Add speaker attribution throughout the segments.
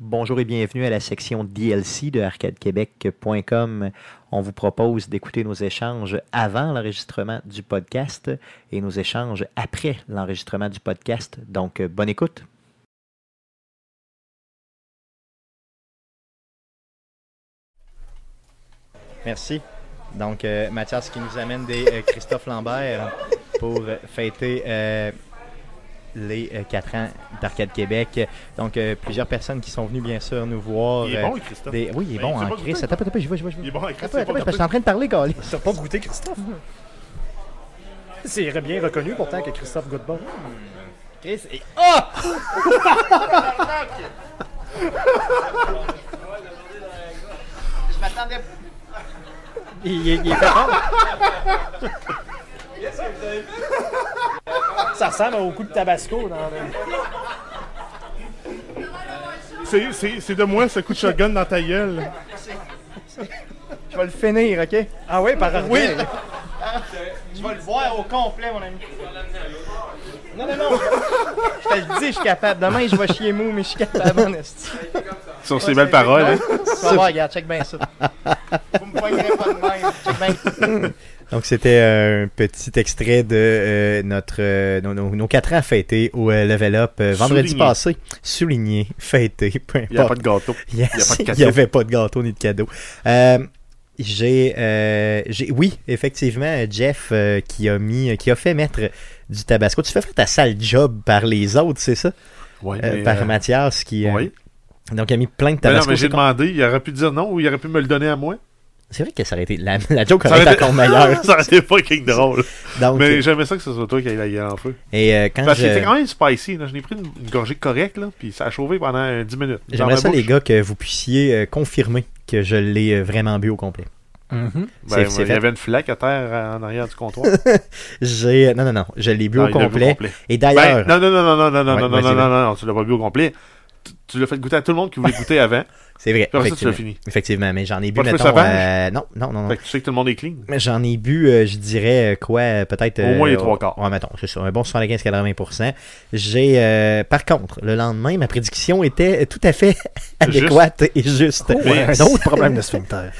Speaker 1: Bonjour et bienvenue à la section DLC de arcadequebec.com. On vous propose d'écouter nos échanges avant l'enregistrement du podcast et nos échanges après l'enregistrement du podcast. Donc, euh, bonne écoute. Merci. Donc, euh, Mathias qui nous amène des euh, Christophe Lambert pour euh, fêter euh, les 4 ans d'Arcade Québec. Donc, euh, plusieurs personnes qui sont venues, bien sûr, nous voir.
Speaker 2: Il est
Speaker 1: euh,
Speaker 2: bon, le Christophe.
Speaker 1: des- Oui, il est
Speaker 2: Mais
Speaker 1: bon
Speaker 2: il fait
Speaker 1: en
Speaker 2: pas
Speaker 1: Chris.
Speaker 2: goûter,
Speaker 1: Attends, attends, je vais, je vais, je
Speaker 2: Il
Speaker 1: vais.
Speaker 2: est bon avec
Speaker 1: Attends, attends,
Speaker 2: Christophe.
Speaker 1: je suis en train de parler, Carlis.
Speaker 3: T'as pas goûté Christophe? C'est bien reconnu pourtant que Christophe goûte bon.
Speaker 1: Chris, et-
Speaker 3: Il, est- il est pas Ça ressemble au coup de tabasco dans le...
Speaker 2: C'est- C'est c'est de moi ce coup de shotgun dans ta gueule.
Speaker 1: je vais le finir, OK?
Speaker 3: Ah oui, par
Speaker 1: Oui!
Speaker 3: Je vais le voir au complet, mon ami.
Speaker 1: Non, non, non! Je te le dis, je suis capable. Demain, je vais chier mou, mais je suis capable, en esti.
Speaker 2: Sur ces belles paroles. hein.
Speaker 3: Tu vas voir, regarde, check bien ça. Vous me pointerez pas de même. Check bien.
Speaker 1: Donc, c'était euh, un petit extrait de euh, notre, euh, nos, nos, nos quatre ans fêtés au euh, Level Up euh, vendredi
Speaker 2: Souligné.
Speaker 1: passé. Souligné, fêté, peu importe.
Speaker 2: Il n'y a pas de gâteau.
Speaker 1: Yes,
Speaker 2: pas de
Speaker 1: il
Speaker 2: cadeau.
Speaker 1: n'y avait pas de gâteau ni de cadeau. Euh, j'ai, euh, j'ai- oui, effectivement, Jeff euh, qui a mis, qui a fait mettre du tabasco. Tu fais faire ta sale job par les autres, c'est ça
Speaker 2: Oui,
Speaker 1: Euh,
Speaker 2: mais,
Speaker 1: Par
Speaker 2: euh,
Speaker 1: Mathias qui, euh,
Speaker 2: oui.
Speaker 1: donc a mis plein de
Speaker 2: Mais non,
Speaker 1: tabasco.
Speaker 2: mais j'ai
Speaker 1: c'est,
Speaker 2: demandé, il aurait pu dire non ou il aurait pu me le donner à moi.
Speaker 1: c'est vrai que ça aurait été la, la joke
Speaker 2: Ça
Speaker 1: aurait été
Speaker 2: aurait été-
Speaker 1: encore meilleure.
Speaker 2: ça aurait été fucking drôle.
Speaker 1: Donc, euh,
Speaker 2: Mais j'aimais ça que ce soit toi qui aille la gueule en feu.
Speaker 1: et euh, quand
Speaker 2: Parce que
Speaker 1: je-
Speaker 2: c'était quand même spicy. là. Je n'ai pris une, une gorgée correcte, là, puis ça a chauffé pendant euh, 10 minutes. Dans
Speaker 1: J'aimerais
Speaker 2: ma
Speaker 1: ça,
Speaker 2: bouche.
Speaker 1: les gars, que vous puissiez euh, confirmer que je l'ai euh, vraiment bu au complet.
Speaker 2: Ben,
Speaker 1: c'est-
Speaker 2: moi,
Speaker 1: c'est
Speaker 2: il y
Speaker 1: fait.
Speaker 2: avait une flaque à terre euh, en arrière du comptoir.
Speaker 1: J'ai... Non, non, non, je l'ai bu
Speaker 2: Non,
Speaker 1: au
Speaker 2: Ah, il l'a bu
Speaker 1: complet. Et
Speaker 2: Ben,
Speaker 1: d'ailleurs,
Speaker 2: non, non, non, non, non, non,
Speaker 1: Ouais,
Speaker 2: non, non,
Speaker 1: vas-y,
Speaker 2: non,
Speaker 1: là.
Speaker 2: non, non, tu l'as pas bu au complet. Tu- Tu l'as fait goûter à tout le monde qui voulait goûter avant.
Speaker 1: Ah, c'est vrai.
Speaker 2: Puis après ça, tu
Speaker 1: effectivement.
Speaker 2: l'as fini.
Speaker 1: Effectivement, mais j'en ai bu,
Speaker 2: Pas de feu
Speaker 1: mettons...
Speaker 2: sauvage?
Speaker 1: euh, Non, non, non, non.
Speaker 2: Fait que tu sais que tout le monde est clean.
Speaker 1: Mais J'en ai bu, euh, je dirais, euh, quoi, euh, peut-être...
Speaker 2: Au
Speaker 1: euh,
Speaker 2: moins les trois quarts.
Speaker 1: Ouais, mettons, c'est ça, un bon 75-80%. J'ai... euh, Par contre, le lendemain, ma prédiction était tout à fait adéquate et juste.
Speaker 2: Mais-
Speaker 4: un autre problème de sphincter.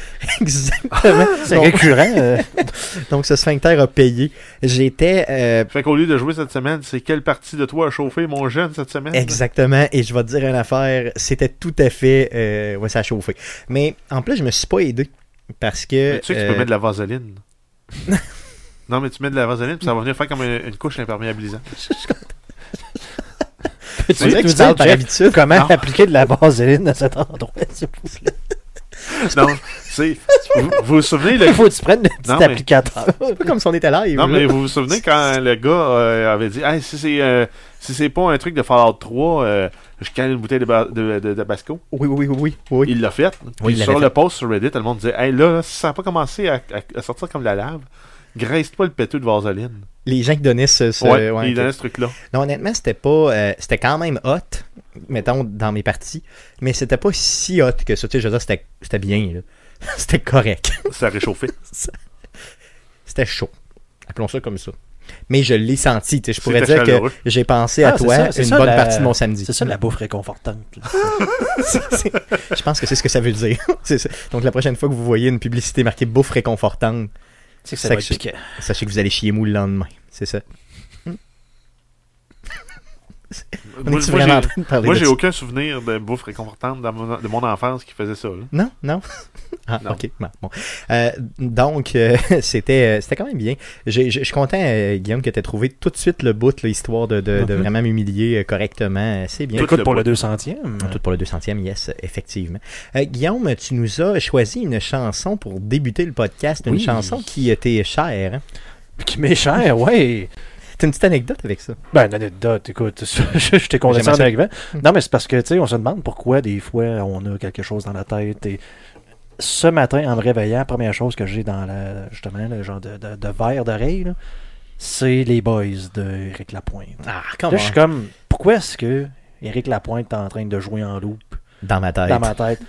Speaker 1: Exactement.
Speaker 2: Ah,
Speaker 4: C'est
Speaker 1: Donc-
Speaker 4: récurrent. euh,
Speaker 1: Donc, ce sphincter a payé. J'étais... euh,
Speaker 2: Fait qu'au lieu de jouer cette semaine, c'est quelle partie de toi a chauffé mon jeune cette semaine?
Speaker 1: Exactement. Et je vais te dire une affaire, c'était tout à fait. euh, ouais, ça a chauffé. Mais en plus, je me suis pas aidé. Parce que.
Speaker 2: Mais tu sais que tu
Speaker 1: euh,
Speaker 2: peux mettre de la vaseline. non, mais tu mets de la vaseline, puis ça va venir faire comme une, une couche imperméabilisante.
Speaker 4: tu
Speaker 1: on dirait que
Speaker 4: nous
Speaker 1: tu parles
Speaker 4: dire,
Speaker 1: par
Speaker 4: Jeff,
Speaker 1: habitude.
Speaker 4: comment
Speaker 2: Non.
Speaker 4: appliquer de la vaseline à cet endroit, s'il vous plaît?
Speaker 2: non, c'est. Vous, vous vous souvenez le.
Speaker 4: Il faut que tu prennes le petit
Speaker 2: Non, mais-
Speaker 4: applicateur.
Speaker 1: C'est pas comme si on était live.
Speaker 2: Non,
Speaker 1: là.
Speaker 2: mais vous vous souvenez quand le gars euh, avait dit Hey, si c'est euh, si c'est pas un truc de Fallout 3, euh, je cale une bouteille de, ba- de, de- de Tabasco.
Speaker 1: Oui, oui, oui, oui. oui.
Speaker 2: Il l'a fait.
Speaker 1: Oui,
Speaker 2: Puis
Speaker 1: il l'avait
Speaker 2: sur
Speaker 1: fait.
Speaker 2: le post sur Reddit, tout le monde disait Hey, là, là, si ça n'a pas commencé à, à- à sortir comme de la lave, graisse pas le péteux de vaseline.
Speaker 1: Les gens qui donnaient ce. ce-
Speaker 2: ouais,
Speaker 1: ouais,
Speaker 2: il
Speaker 1: ok.
Speaker 2: donnait ce truc-là.
Speaker 1: Non, honnêtement, c'était pas. euh, c'était quand même hot, mettons, dans mes parties. Mais c'était pas si hot que ça. Tu sais, je veux dire, c'était, c'était bien, là. c'était correct.
Speaker 2: Ça a réchauffé.
Speaker 1: C'était chaud. Appelons ça comme ça. Mais je l'ai senti. tu sais, Je pourrais
Speaker 2: C'était
Speaker 1: dire que
Speaker 2: chaleureux.
Speaker 1: j'ai pensé à
Speaker 4: Ah, c'est
Speaker 1: toi
Speaker 4: ça, c'est
Speaker 1: une
Speaker 4: ça,
Speaker 1: bonne
Speaker 4: la-
Speaker 1: partie de mon samedi.
Speaker 4: C'est ça la bouffe réconfortante. là.
Speaker 1: C'est- c'est- Je pense que c'est ce que ça veut dire. C'est ça. Donc la prochaine fois que vous voyez une publicité marquée bouffe réconfortante,
Speaker 4: C'est que ça
Speaker 1: Ça
Speaker 4: va
Speaker 1: que
Speaker 4: être
Speaker 1: c'est-
Speaker 4: piquant.
Speaker 1: sachez que vous allez chier mou le lendemain. C'est ça. On
Speaker 2: Moi,
Speaker 1: est-tu
Speaker 2: moi,
Speaker 1: vraiment en
Speaker 2: j'ai-
Speaker 1: train de parler
Speaker 2: Moi,
Speaker 1: de
Speaker 2: j'ai
Speaker 1: ça?
Speaker 2: aucun souvenir de bouffe réconfortante dans mon- de mon enfance qui faisait ça. là.
Speaker 1: Non, non. Ah,
Speaker 2: Non.
Speaker 1: ok. Bon, bon. Euh, donc, euh, c'était euh, c'était quand même bien. J'ai- j'ai- Je suis content, euh, Guillaume, que tu trouvé tout de suite le bout, là, histoire de, de- de
Speaker 4: Mhm.
Speaker 1: vraiment m'humilier euh, correctement. C'est bien. Euh,
Speaker 2: Tout
Speaker 4: Écoute,
Speaker 2: le
Speaker 4: pour le
Speaker 2: bois.
Speaker 4: 200e,
Speaker 1: Tout pour le 200e, yes, effectivement. Euh, Guillaume, tu nous as choisi une chanson pour débuter le podcast, une
Speaker 4: Oui.
Speaker 1: chanson qui était chère. Hein?
Speaker 4: qui m'est cher, ouais.
Speaker 1: T'as une petite anecdote avec ça?
Speaker 4: Ben, une anecdote, écoute, je, je t'ai condescendant
Speaker 1: J'aimerais
Speaker 4: avec vent. Non, mais c'est parce que, tu sais, on se demande pourquoi des fois on a quelque chose dans la tête. Et ce matin, en me réveillant, première chose que j'ai dans la, justement, le genre de, de- de verre d'oreille, là, c'est les boys de Eric Lapointe.
Speaker 1: Ah, comment?
Speaker 4: Là, je suis comme, pourquoi est-ce que Eric Lapointe est en train de jouer en loupe
Speaker 1: Dans ma tête.
Speaker 4: dans ma tête?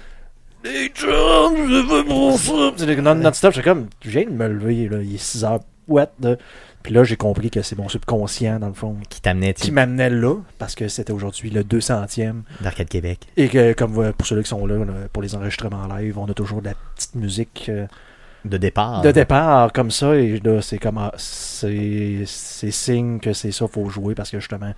Speaker 4: Les chums, je veux mon soupe! C'est non-stop, je suis comme, je viens de me lever, là, il est 6 heures. What? the- Puis là, j'ai compris que c'est mon subconscient, dans le fond,
Speaker 1: Qui t'amenait
Speaker 4: qui
Speaker 1: tu-
Speaker 4: m'amenait là, parce que c'était aujourd'hui le 200e.
Speaker 1: d'Arcade Québec.
Speaker 4: Et que, comme euh, pour ceux qui sont là, là, pour les enregistrements live, on a toujours de la petite musique euh,
Speaker 1: De départ.
Speaker 4: de départ comme ça. Et là, c'est comme. ah, c'est c'est signe que c'est ça, faut jouer, parce que justement.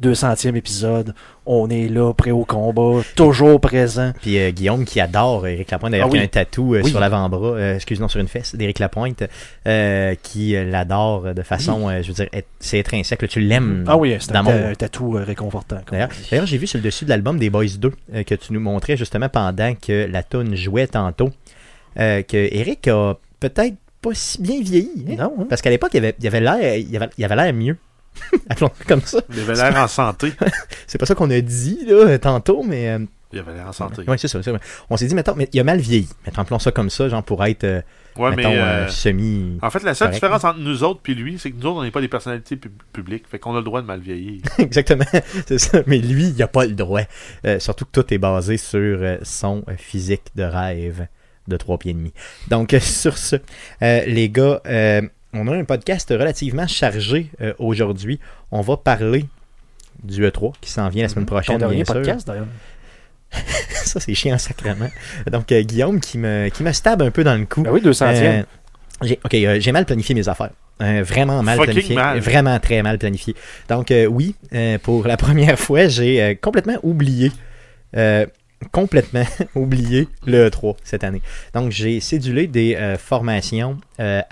Speaker 4: 200e épisode, on est là, prêt au combat, toujours présent.
Speaker 1: Puis euh, Guillaume qui adore Eric Lapointe, d'ailleurs,
Speaker 4: Ah
Speaker 1: qui a
Speaker 4: oui.
Speaker 1: un tatou euh,
Speaker 4: Oui.
Speaker 1: sur l'avant-bras, euh, excuse-moi, sur une fesse d'Eric Lapointe, euh, qui euh, l'adore de façon, euh, je veux dire, être- c'est étrinsèque, là, tu l'aimes.
Speaker 4: Ah oui, c'est un,
Speaker 1: Dans
Speaker 4: ta-
Speaker 1: mon-
Speaker 4: un tatou euh, réconfortant. comme
Speaker 1: D'ailleurs,
Speaker 4: on dit.
Speaker 1: d'ailleurs, j'ai vu sur le dessus de l'album des Boys 2 euh, que tu nous montrais justement pendant que la toune jouait tantôt, euh, que Eric a peut-être pas si bien vieilli. hein?
Speaker 4: Non, hein?
Speaker 1: Parce qu'à l'époque, il avait il avait l'air il avait, il avait l'air mieux. Appelons-le comme ça.
Speaker 2: Il avait l'air en santé.
Speaker 1: C'est pas ça qu'on a dit là, tantôt, mais euh,
Speaker 2: Il avait l'air en santé.
Speaker 1: ouais, c'est ça, c'est ça. On s'est dit, mettons, mais il a mal vieilli. Mettons, appelons ça comme ça, genre pour être, euh,
Speaker 2: Ouais, mais.
Speaker 1: mettons,
Speaker 2: euh,
Speaker 1: euh, semi.
Speaker 2: En fait, la seule
Speaker 1: correct.
Speaker 2: différence entre nous autres puis lui, c'est que nous autres, on n'est pas des personnalités pub- publiques. Fait qu'on a le droit de mal vieillir.
Speaker 1: Exactement, c'est ça. Mais lui, il a pas le droit. Euh, surtout que tout est basé sur euh, son physique de rêve de trois pieds et demi. Donc, euh, sur ce, euh, les gars, euh, on a un podcast relativement chargé euh, aujourd'hui. On va parler du E3 qui s'en vient la semaine
Speaker 4: Mm. Mm-hmm. Ton
Speaker 1: prochaine,
Speaker 4: dernier
Speaker 1: bien sûr.
Speaker 4: podcast, d'ailleurs.
Speaker 1: Ça, c'est chiant, sacrément. Donc, euh, Guillaume qui me, qui me stab un peu dans le cou.
Speaker 4: Ben oui, 200e.
Speaker 1: Euh, j'ai- ok, euh, j'ai mal planifié mes affaires. Euh, vraiment mal
Speaker 2: Fucking
Speaker 1: planifié.
Speaker 2: mal.
Speaker 1: Vraiment très mal planifié. Donc, euh, oui, euh, pour la première fois, j'ai euh, complètement oublié. euh, complètement oublié le E3 cette année. Donc, j'ai cédulé des euh, formations euh,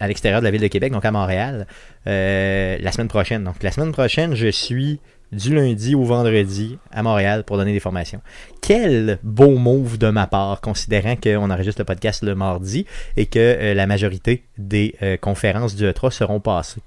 Speaker 1: à l'extérieur de la ville de Québec, donc à Montréal, euh, la semaine prochaine. Donc, la semaine prochaine, je suis du lundi au vendredi à Montréal pour donner des formations. Quel beau move de ma part, considérant qu'on enregistre le podcast le mardi et que euh, la majorité des euh, conférences du E3 seront passées.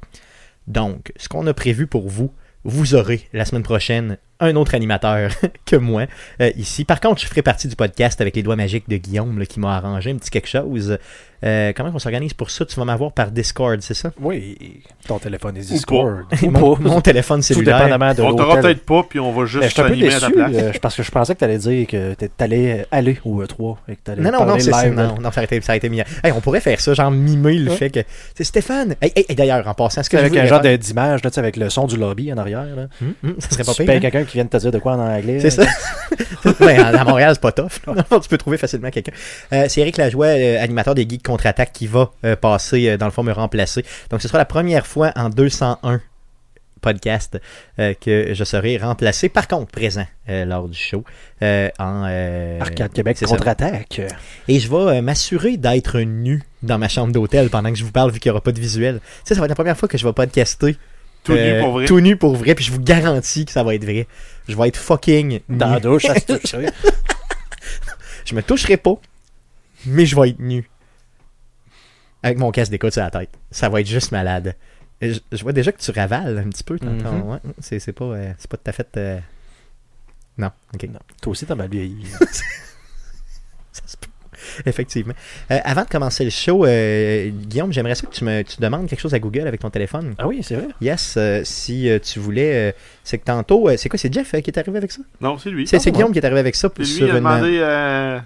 Speaker 1: Donc, ce qu'on a prévu pour vous, vous aurez la semaine prochaine un autre animateur que moi euh, ici. Par contre, je ferai partie du podcast avec les doigts magiques de Guillaume là, qui m'a arrangé un petit quelque chose. Euh, comment on s'organise pour ça Tu vas m'avoir par Discord, c'est ça
Speaker 4: Oui, ton téléphone est
Speaker 2: pas.
Speaker 4: Discord. Ou
Speaker 1: mon,
Speaker 4: pas.
Speaker 1: mon téléphone
Speaker 4: Tout
Speaker 1: cellulaire.
Speaker 4: dépendamment de
Speaker 2: on t'aura
Speaker 4: l'hôtel.
Speaker 2: peut-être pas, puis on
Speaker 1: Ben,
Speaker 2: va
Speaker 4: Mais
Speaker 2: juste
Speaker 4: je suis un peu
Speaker 2: s'animer à ta
Speaker 4: déçu
Speaker 2: place.
Speaker 4: euh, parce que je pensais que t'allais dire que t'es- t'allais aller au E3 et que t'allais
Speaker 1: Non, non, non,
Speaker 4: parler
Speaker 1: c'est ça.
Speaker 4: live.
Speaker 1: Non, non, ça aurait été, ça aurait été mis. Hey, on pourrait faire ça, genre mimer le
Speaker 4: Ouais.
Speaker 1: fait que. C'est Stéphane. Hey, hey, hey, D'ailleurs, en passant, ce que je
Speaker 4: Avec
Speaker 1: voulais
Speaker 4: un genre
Speaker 1: faire-
Speaker 4: de- d'image, là, tu sais, avec le son du lobby en arrière. Là.
Speaker 1: Hum, hum, ça serait pas
Speaker 4: tu
Speaker 1: pire.
Speaker 4: payes
Speaker 1: hein?
Speaker 4: quelqu'un qui vient de te dire de quoi en anglais.
Speaker 1: C'est
Speaker 4: là.
Speaker 1: ça. Ben, Euh, à à Montréal, c'est pas tough. là. Non, tu peux trouver facilement quelqu'un. Euh, c'est Eric Lajoie, euh, animateur des Geeks Contre-Attaque, qui va euh, passer, euh, dans le fond, me remplacer. Donc, ce sera la première fois en 201 podcast euh, que je serai remplacé. Par contre, présent euh, lors du show euh, en... euh,
Speaker 4: Arcade Québec
Speaker 1: c'est ça.
Speaker 4: contre-attaque.
Speaker 1: Et je vais euh, m'assurer d'être nu dans ma chambre d'hôtel pendant que je vous parle, vu qu'il n'y aura pas de visuel. Ça, ça va être la première fois que je vais podcaster.
Speaker 2: Tout
Speaker 1: euh,
Speaker 2: nu pour vrai.
Speaker 1: Tout nu pour vrai, puis je vous garantis que ça va être vrai. Je vais être fucking
Speaker 4: Dans
Speaker 1: nu.
Speaker 4: la douche, ça se touche. oui.
Speaker 1: Je me toucherai pas, mais je vais être nu. Avec mon casque d'écoute sur la tête. Ça va être juste malade. Et Je, je vois déjà que tu ravales un petit peu. ton- ton-
Speaker 4: Mhm.
Speaker 1: ouais, c'est, c'est pas, euh, c'est pas tout à fait. euh, Non, ok.
Speaker 4: Non, Toi aussi, t'as mal vieilli.
Speaker 1: Ça se peut. Effectivement. Euh, avant de commencer le show, euh, Guillaume, j'aimerais ça que tu me tu demandes quelque chose à Google avec ton téléphone.
Speaker 4: Ah oui, c'est vrai.
Speaker 1: Yes, euh, si euh, tu voulais. euh, c'est que tantôt. euh, c'est quoi C'est Jeff euh, qui est arrivé avec ça
Speaker 2: Non, c'est lui. Ah,
Speaker 1: C'est, c'est
Speaker 4: ouais.
Speaker 1: Guillaume qui est arrivé avec ça.
Speaker 2: C'est lui,
Speaker 1: sur
Speaker 2: il a
Speaker 1: une-
Speaker 2: demandé euh,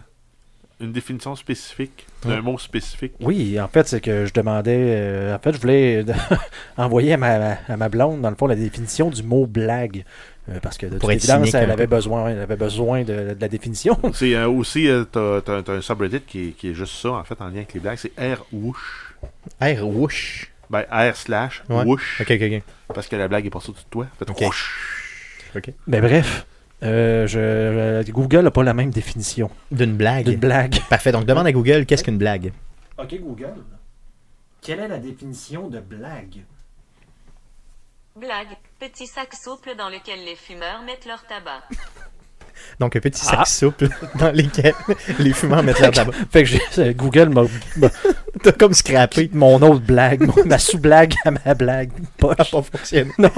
Speaker 2: une définition spécifique, d'un
Speaker 1: Ouais.
Speaker 2: mot spécifique.
Speaker 4: Oui, en fait, c'est que je demandais. euh, en fait, je voulais euh, envoyer à ma, à ma blonde, dans le fond, la définition du mot blague. Euh, parce que de
Speaker 1: Pour
Speaker 4: toute
Speaker 1: être
Speaker 4: évidence,
Speaker 1: cynique un
Speaker 4: elle
Speaker 1: peu.
Speaker 4: avait, besoin, elle avait besoin de, de la définition.
Speaker 2: C'est euh, aussi, euh, t'as t'as- t'as un subreddit qui est, qui est juste ça, en fait, en lien avec les blagues. C'est R whoosh.
Speaker 1: R. Whoosh.
Speaker 2: Ben, R slash
Speaker 1: Ouais.
Speaker 2: whoosh.
Speaker 1: Ok, ok, ok.
Speaker 2: Parce que la blague est passée au-dessus de toi. Fait
Speaker 1: Ok.
Speaker 2: whoosh.
Speaker 4: Mais bref, euh, je, euh, Google n'a pas la même définition
Speaker 1: D'une blague.
Speaker 4: d'une blague.
Speaker 1: Parfait. Donc, demande à Google qu'est-ce qu'une blague.
Speaker 4: Ok, Google. Quelle est la définition de blague
Speaker 5: Blague, petit sac souple dans lequel les fumeurs mettent leur tabac.
Speaker 1: Donc, un petit sac
Speaker 4: Ah.
Speaker 1: souple dans lequel les fumeurs mettent leur tabac.
Speaker 4: Fait que j'ai- euh, Google m'a m'a-
Speaker 1: T'as comme scrappé.
Speaker 4: mon autre blague, mon- ma sous-blague à ma blague.
Speaker 1: Ça n'a
Speaker 4: Poche.
Speaker 1: pas fonctionné.
Speaker 4: Non.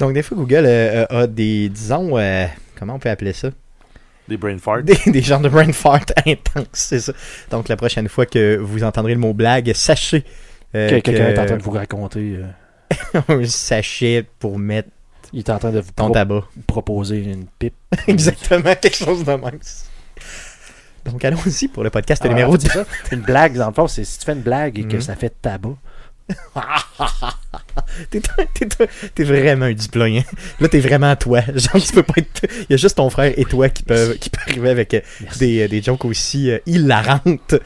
Speaker 1: Donc, des fois, Google euh, euh, a des, disons, euh, comment on peut appeler ça
Speaker 2: Des brain farts.
Speaker 1: des, des genres de brain fart intenses, c'est ça. Donc, la prochaine fois que vous entendrez le mot blague, sachez. euh,
Speaker 4: Que- Quelqu'un est en train de vous raconter. euh,
Speaker 1: un sachet pour mettre
Speaker 4: il est en train de vous
Speaker 1: ton
Speaker 4: pro-
Speaker 1: tabac.
Speaker 4: proposer une pipe.
Speaker 1: Exactement, quelque chose de même. Donc, allons-y pour le podcast
Speaker 4: Ah,
Speaker 1: numéro
Speaker 4: en fait,
Speaker 1: 2.
Speaker 4: c'est ça. Une blague, dans le fond, c'est si tu fais une blague et que
Speaker 1: Mhm.
Speaker 4: ça fait tabac,
Speaker 1: T'es un- t'es un- t'es vraiment un diplômé. Là, t'es vraiment toi. Genre, tu peux pas être. Il y a juste ton frère et toi qui peuvent qui peut arriver avec euh, des, euh, des jokes aussi euh, hilarantes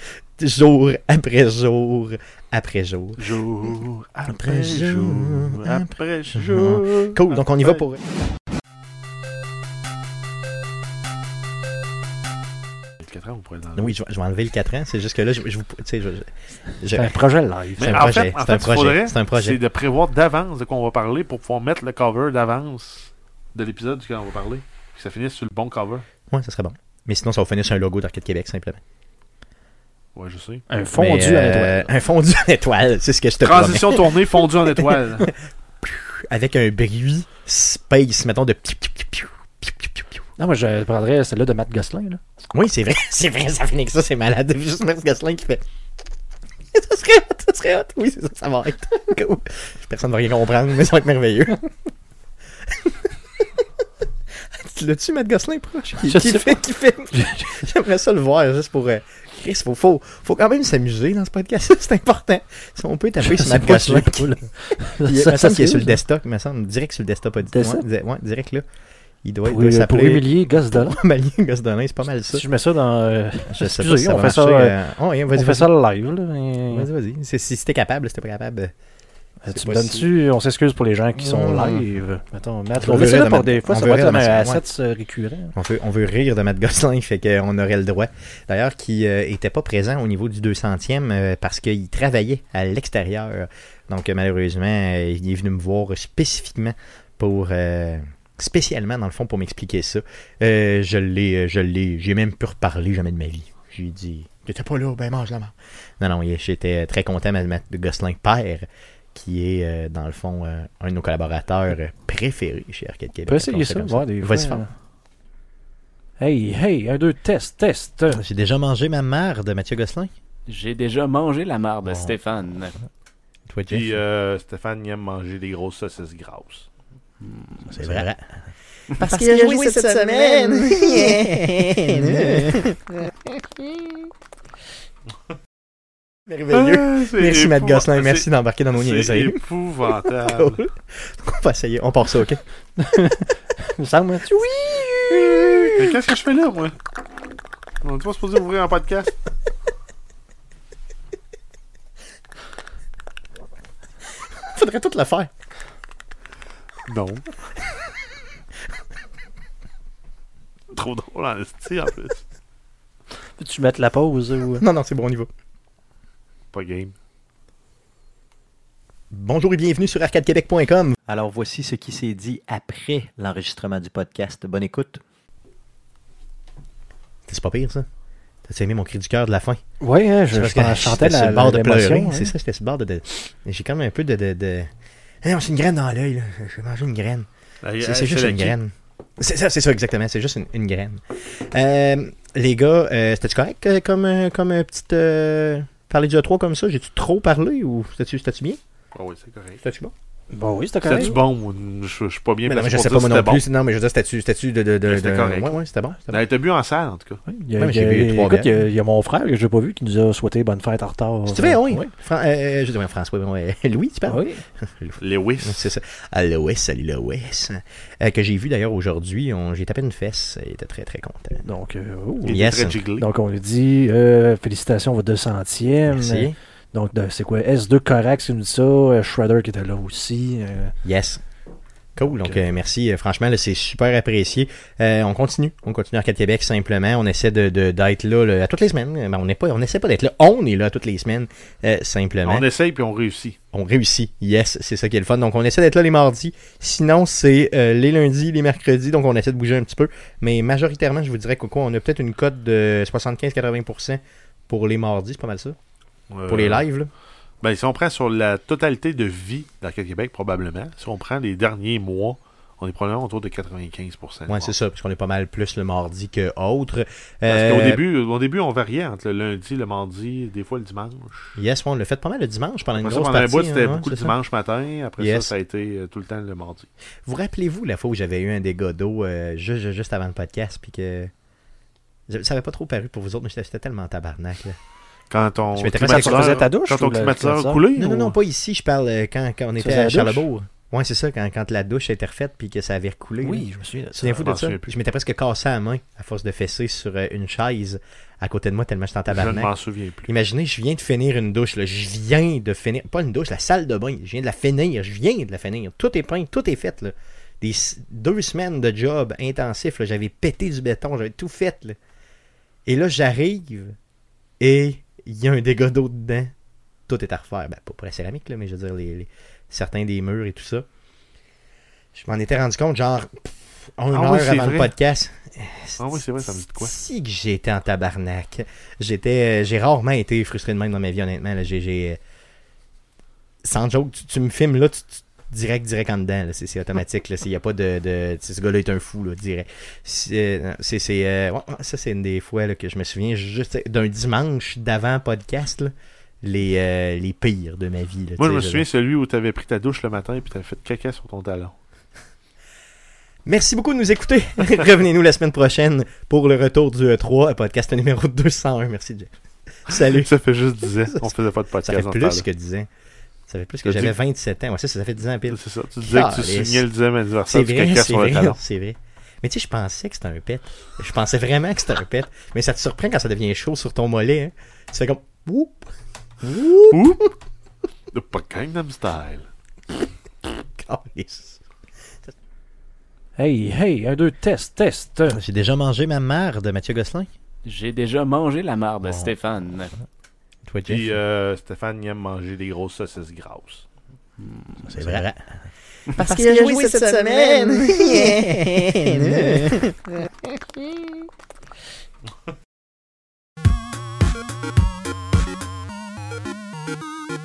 Speaker 1: jour après jour après jour.
Speaker 2: Jour
Speaker 1: après
Speaker 2: après
Speaker 1: jour,
Speaker 2: jour, après
Speaker 1: jour.
Speaker 2: jour.
Speaker 4: Ah,
Speaker 1: Cool, donc on y va
Speaker 2: après-
Speaker 1: pour.
Speaker 2: Quatre ans, on pourrait l'enlever.
Speaker 1: Oui, je, vais- je vais enlever le 4 ans. C'est juste que là, je, je vous. Tu sais, je- je- je-
Speaker 4: C'est un projet live.
Speaker 1: c'est
Speaker 2: Mais
Speaker 1: un
Speaker 2: en
Speaker 1: projet,
Speaker 2: fait,
Speaker 1: c'est
Speaker 2: en
Speaker 1: un
Speaker 2: fait, ce qu'il
Speaker 1: projet,
Speaker 2: faudrait,
Speaker 1: c'est un projet.
Speaker 2: de prévoir d'avance de quoi on va parler pour pouvoir mettre le cover d'avance de l'épisode duquel on va parler. Que ça finisse sur le bon cover.
Speaker 1: Ouais, ça serait bon. Mais sinon, ça va finir sur un logo d'Arcade Québec, simplement.
Speaker 2: Ouais, je sais.
Speaker 4: Un fondu
Speaker 1: Mais,
Speaker 4: à
Speaker 1: euh,
Speaker 4: l'étoile.
Speaker 1: Un fondu à l'étoile, c'est ce que je te promets.
Speaker 2: Transition tournée fondue en étoile.
Speaker 1: Avec un bruit space, mettons, de. piou, piou, piou, piou, piou, piou, piou, piou.
Speaker 4: Non, moi, je prendrais celle-là de Matt Gosselin. Là.
Speaker 1: Oui, c'est vrai, c'est vrai, ça finit que ça, c'est malade. Juste Max Gosselin qui fait. Ça serait hot, ça serait hot. Oui, c'est ça, ça va être. Cool. Personne ne va rien comprendre, mais ça va être merveilleux. Tu L'as-tu, Matt Gosselin, proche Qui,
Speaker 4: Je
Speaker 1: qui
Speaker 4: sais
Speaker 1: fait, qui fait. J'aimerais ça le voir, juste pour. euh, Chris, faut, faut, faut quand même s'amuser dans ce podcast, c'est important. Si on peut taper sur
Speaker 4: C'est
Speaker 1: Ben Matt
Speaker 4: pas sûr,
Speaker 1: Gosselin.
Speaker 4: là.
Speaker 1: Il y a personne qui est sur le
Speaker 4: dessin.
Speaker 1: desktop, il me semble. Direct sur le desktop. a dit-
Speaker 4: Desktop?
Speaker 1: Ouais, di- ouais, direct là. Il doit, il
Speaker 4: Pour,
Speaker 1: doit
Speaker 4: euh, pour
Speaker 1: s'appeler.
Speaker 4: humilier Gosselin.
Speaker 1: Malien Gosselin, c'est pas mal ça.
Speaker 4: Si je mets ça dans. euh,
Speaker 1: Je sais pas
Speaker 4: Excusez,
Speaker 1: si ça
Speaker 4: on
Speaker 1: va
Speaker 4: fait ça,
Speaker 1: marcher,
Speaker 4: euh,
Speaker 1: euh, oh, hein,
Speaker 4: on
Speaker 1: vas-y,
Speaker 4: fait
Speaker 1: vas-y.
Speaker 4: ça live. Là, et-
Speaker 1: Vas-y, vas-y. C'est- Si t'es capable, si t'es pas capable.
Speaker 4: Euh,
Speaker 1: C'est
Speaker 4: Tu
Speaker 1: pas
Speaker 4: me
Speaker 1: si-
Speaker 4: donnes-tu. On s'excuse pour les gens qui sont
Speaker 1: Mm.
Speaker 4: live. Mettons, Matt,
Speaker 1: On
Speaker 4: on
Speaker 1: verrait
Speaker 4: fait ça
Speaker 1: demain.
Speaker 4: pour des fois.
Speaker 1: On
Speaker 4: Ça va être
Speaker 1: verrait
Speaker 4: comme un
Speaker 1: demain, ouais.
Speaker 4: asset euh, récurrent.
Speaker 1: On veut, on veut rire de Matt Gosselin, fait qu'on aurait le droit. D'ailleurs, qui n'était pas présent au niveau du 200e euh, parce qu'il travaillait à l'extérieur. Donc, euh, malheureusement, euh, il est venu me voir spécifiquement pour. euh, spécialement, dans le fond, pour m'expliquer ça. Euh, je l'ai. euh, Je l'ai. J'ai même pu reparler jamais de ma vie. J'ai dit. T'étais pas là, ben mange la mort. Non, non, il- j'étais euh, très content, Matt Matt Gosselin, père, qui est, euh, dans le fond, euh, un de nos collaborateurs euh, préférés chez Arcade Québec.
Speaker 4: On peut essayer
Speaker 1: Appelons
Speaker 4: ça.
Speaker 1: comme
Speaker 4: voir des
Speaker 1: Vas-y,
Speaker 4: fois,
Speaker 1: fort.
Speaker 4: euh, Hey, hey, un, deux, test, test.
Speaker 1: J'ai déjà mangé ma mère de Mathieu Gosselin.
Speaker 6: J'ai déjà mangé la mare de
Speaker 1: Bon.
Speaker 6: Stéphane.
Speaker 1: Toi, Jeff,
Speaker 2: Puis euh, Stéphane il aime manger des grosses saucisses grasses.
Speaker 1: c'est vrai. Parce, qu'il a joué cette semaine. Merveilleux.
Speaker 2: Ah, c'est
Speaker 1: Merci Matt
Speaker 2: épou-
Speaker 1: Gosselin,
Speaker 2: c'est-
Speaker 1: merci d'embarquer dans nos
Speaker 2: C'est
Speaker 1: niaiseries.
Speaker 2: épouvantable.
Speaker 1: Cool. On va essayer, on part ça, ok?
Speaker 4: Il me semble. hein? Oui!
Speaker 2: Mais qu'est-ce que je fais là, moi? On est pas supposé ouvrir un podcast.
Speaker 1: Faudrait tout le faire.
Speaker 2: Non. Trop drôle en esti, en plus.
Speaker 4: Peux-tu mettre la pause ou.
Speaker 1: Non, non, c'est bon, on y va.
Speaker 2: Pas game.
Speaker 1: Bonjour et bienvenue sur arcadequebec.com.
Speaker 7: Alors voici ce qui s'est dit après l'enregistrement du podcast. Bonne écoute.
Speaker 1: C'est pas pire, ça. T'as aimé mon cri du cœur de la fin?
Speaker 4: Oui, hein,
Speaker 1: C'est
Speaker 4: je,
Speaker 1: parce
Speaker 4: je
Speaker 1: que
Speaker 4: chantais
Speaker 1: j'étais sur
Speaker 4: la,
Speaker 1: le bord de
Speaker 4: l'émotion,
Speaker 1: pleurer.
Speaker 4: hein.
Speaker 1: C'est ça, j'étais sur le bord de. de- J'ai quand même un peu de. de, de... Ah non, c'est une graine dans l'œil, là. J'ai mangé une graine.
Speaker 4: euh,
Speaker 1: C'est c'est juste une graine. C'est ça, c'est ça, exactement. C'est juste une, une graine. Euh, les gars, euh, c'était-tu correct euh, comme, euh, comme euh, petite. euh, parler du E3 comme ça J'ai-tu trop parlé ou c'était-tu c'était-tu bien
Speaker 2: Ah oui, c'est correct.
Speaker 1: C'était-tu bon
Speaker 4: Bon, oui, c'était
Speaker 2: C'était
Speaker 4: correct.
Speaker 2: du bon, moi. Je je suis pas bien
Speaker 1: Mais non, mais
Speaker 2: placé
Speaker 1: je
Speaker 2: pour
Speaker 1: sais
Speaker 2: dire
Speaker 1: pas moi
Speaker 2: c'était
Speaker 1: non plus. Non,
Speaker 2: bon.
Speaker 1: mais je veux dire, c'était-tu. C'était-tu de. de, de,
Speaker 2: C'était
Speaker 1: de-
Speaker 2: correct.
Speaker 1: Ouais, ouais, c'était bon. c'était bon.
Speaker 2: Non, t'as bu en salle, en tout cas.
Speaker 4: Oui, Il y a,
Speaker 1: Ouais, mais
Speaker 4: il y a-
Speaker 1: j'ai bu trois
Speaker 4: écoute, il y a-
Speaker 1: bières.
Speaker 4: il y a mon frère que j'ai pas vu qui nous a souhaité bonne fête en retard.
Speaker 1: C'est vrai, oui.
Speaker 4: Oui.
Speaker 1: Fran- euh, je dis, oui, François, oui, oui. Louis, tu parles
Speaker 4: Oui.
Speaker 2: Lewis.
Speaker 1: C'est ça. À l'OS, salut l'OS. Euh, que j'ai vu d'ailleurs aujourd'hui. On... J'ai tapé une fesse. Il était très très content.
Speaker 4: Donc, euh, oh.
Speaker 2: Il
Speaker 1: Yes.
Speaker 2: était très jigglé.
Speaker 4: Donc, on lui dit euh, félicitations, votre 200e.
Speaker 1: Merci.
Speaker 4: Donc, de- c'est quoi S2 Corax qui nous dit ça, euh, Shredder qui était là aussi. euh,
Speaker 1: Yes. Cool, donc
Speaker 4: Ok.
Speaker 1: euh, merci. Euh, Franchement, là, c'est super apprécié. Euh, on continue. On continue Arcade Québec simplement. On essaie de, de- d'être là, là, à toutes les semaines. Euh, ben, on n'est pas, on essaie pas d'être là. On est là à toutes les semaines euh, simplement.
Speaker 2: On essaye puis on réussit.
Speaker 1: on réussit. Yes, c'est ça qui est le fun. Donc on essaie d'être là les mardis. Sinon, c'est euh, les lundis, les mercredis. Donc on essaie de bouger un petit peu. Mais majoritairement, je vous dirais qu'au quoi, on a peut-être une cote de 75-80% pour les mardis. C'est pas mal ça. Pour les
Speaker 2: likes.
Speaker 1: lives, là.
Speaker 2: Euh, Ben, si on prend sur la totalité de vie d'Arcade Québec, probablement, si on prend les derniers mois, on est probablement autour de 95%.
Speaker 1: Ouais, c'est ça, parce qu'on est pas mal plus le mardi que autre.
Speaker 2: Parce
Speaker 1: Euh,
Speaker 2: qu'au début, au début, on variait entre le lundi, le mardi, des fois le dimanche.
Speaker 1: Yes, ouais, on l'a fait pas mal le dimanche pendant une
Speaker 2: Après ça,
Speaker 1: grosse
Speaker 2: pendant un
Speaker 1: partie,
Speaker 2: bout, c'était
Speaker 1: hein, ouais,
Speaker 2: beaucoup le
Speaker 1: c'est ça.
Speaker 2: dimanche matin. Après
Speaker 1: Yes.
Speaker 2: ça, ça a été euh, tout le temps le mardi.
Speaker 1: Vous rappelez-vous la fois où j'avais eu un dégât d'eau euh, ju- ju- juste, avant le podcast, puis que... Ça n'avait pas trop paru pour vous autres, mais j'étais j'étais tellement tabarnak. là.
Speaker 2: Quand on
Speaker 1: Je m'étais presque-
Speaker 2: climatiseur-
Speaker 4: tu faisais ta douche
Speaker 2: quand
Speaker 4: ou
Speaker 2: on
Speaker 4: le
Speaker 2: climatiseur
Speaker 4: climatiseur?
Speaker 2: coulait,
Speaker 1: Non, non,
Speaker 2: ou-
Speaker 1: non, pas ici. Je parle euh, quand, quand on était
Speaker 4: faisais
Speaker 1: à
Speaker 4: la douche?
Speaker 1: Charlebourg. Ouais, c'est ça, quand, quand la douche était refaite puis que ça avait recoulé.
Speaker 4: Oui, je me souviens de ça.
Speaker 1: souviens vous
Speaker 2: Je
Speaker 1: de
Speaker 2: m'en
Speaker 1: ça?
Speaker 2: souviens plus.
Speaker 1: Je m'étais presque cassé la main à force de fesser sur euh, une chaise à côté de moi tellement j'étais en
Speaker 2: Je ne
Speaker 1: tabarnak.
Speaker 2: m'en souviens plus.
Speaker 1: Imaginez, je viens de finir une douche. Là. Je viens de finir. Pas une douche, la salle de bain. Je viens de la finir. Je viens de la finir. Tout est peint, tout est fait. Là. Des s- deux semaines de job intensif. là. J'avais pété du béton. J'avais tout fait. là. Et là, j'arrive et il y a un dégât d'eau dedans. Tout est à refaire. Ben, pas pour la céramique, là, mais je veux dire, les, les- certains des murs et tout ça. Je m'en étais rendu compte, genre, pff, une
Speaker 2: Ah
Speaker 1: heure
Speaker 2: oui, c'est
Speaker 1: avant le
Speaker 2: vrai.
Speaker 1: podcast.
Speaker 2: Ah oui, c'est vrai, ça me dit de quoi.
Speaker 1: Si que j'étais en tabarnak. J'étais, euh, j'ai rarement été frustré de même dans ma vie, honnêtement. là. J'ai, j'ai, euh, sans joke, tu, tu me filmes là, tu, tu- direct, direct en dedans. là. C'est, c'est automatique. Là. C'est- y a pas de, de- tu sais, ce gars-là est un fou, là, direct. C'est, euh, c'est- c'est, euh, ouais, ouais, ça, c'est une des fois là, que je me souviens juste d'un dimanche d'avant podcast, là, les, euh, les pires de ma vie. là,
Speaker 2: Moi,
Speaker 1: tu
Speaker 2: je me
Speaker 1: sais,
Speaker 2: souviens celui où tu avais pris ta douche le matin et puis tu fait caca sur ton talon.
Speaker 1: Merci beaucoup de nous écouter. Revenez-nous la semaine prochaine pour le retour du E3, podcast numéro 201. Merci, Jeff. Salut.
Speaker 2: Ça fait juste 10 ans. On faisait pas de
Speaker 1: Ça
Speaker 2: podcast
Speaker 1: fait
Speaker 2: dans ce
Speaker 1: plus
Speaker 2: temps-là.
Speaker 1: que 10 ans. Ça fait plus que
Speaker 2: T'as dit-
Speaker 1: j'avais 27 ans. Ouais, ça, ça fait 10 ans pile.
Speaker 2: C'est ça. Tu disais que tu
Speaker 1: Calisse.
Speaker 2: signais le 10e
Speaker 1: C'est
Speaker 2: anniversaire du
Speaker 1: vrai,
Speaker 2: caca
Speaker 1: c'est
Speaker 2: sur le
Speaker 1: vrai,
Speaker 2: talon.
Speaker 1: c'est vrai. Mais tu sais, je pensais que c'était un pet. Je pensais vraiment que c'était un pet. Mais ça te surprend quand ça devient chaud sur ton mollet. Hein. Tu fais comme... Oup. Oup.
Speaker 2: Oups! Le pas Gangnam Style.
Speaker 1: Calisse.
Speaker 4: Hey, hey, un, deux, test, test.
Speaker 1: J'ai déjà mangé ma mère de Mathieu Gosselin.
Speaker 6: J'ai déjà mangé la marde,
Speaker 1: Bon.
Speaker 6: Stéphane.
Speaker 1: Toi, Jeff.
Speaker 2: Puis euh, Stéphane, il aime manger des grosses saucisses grasses.
Speaker 1: C'est vrai. Parce, qu'il a joué, cette, semaine.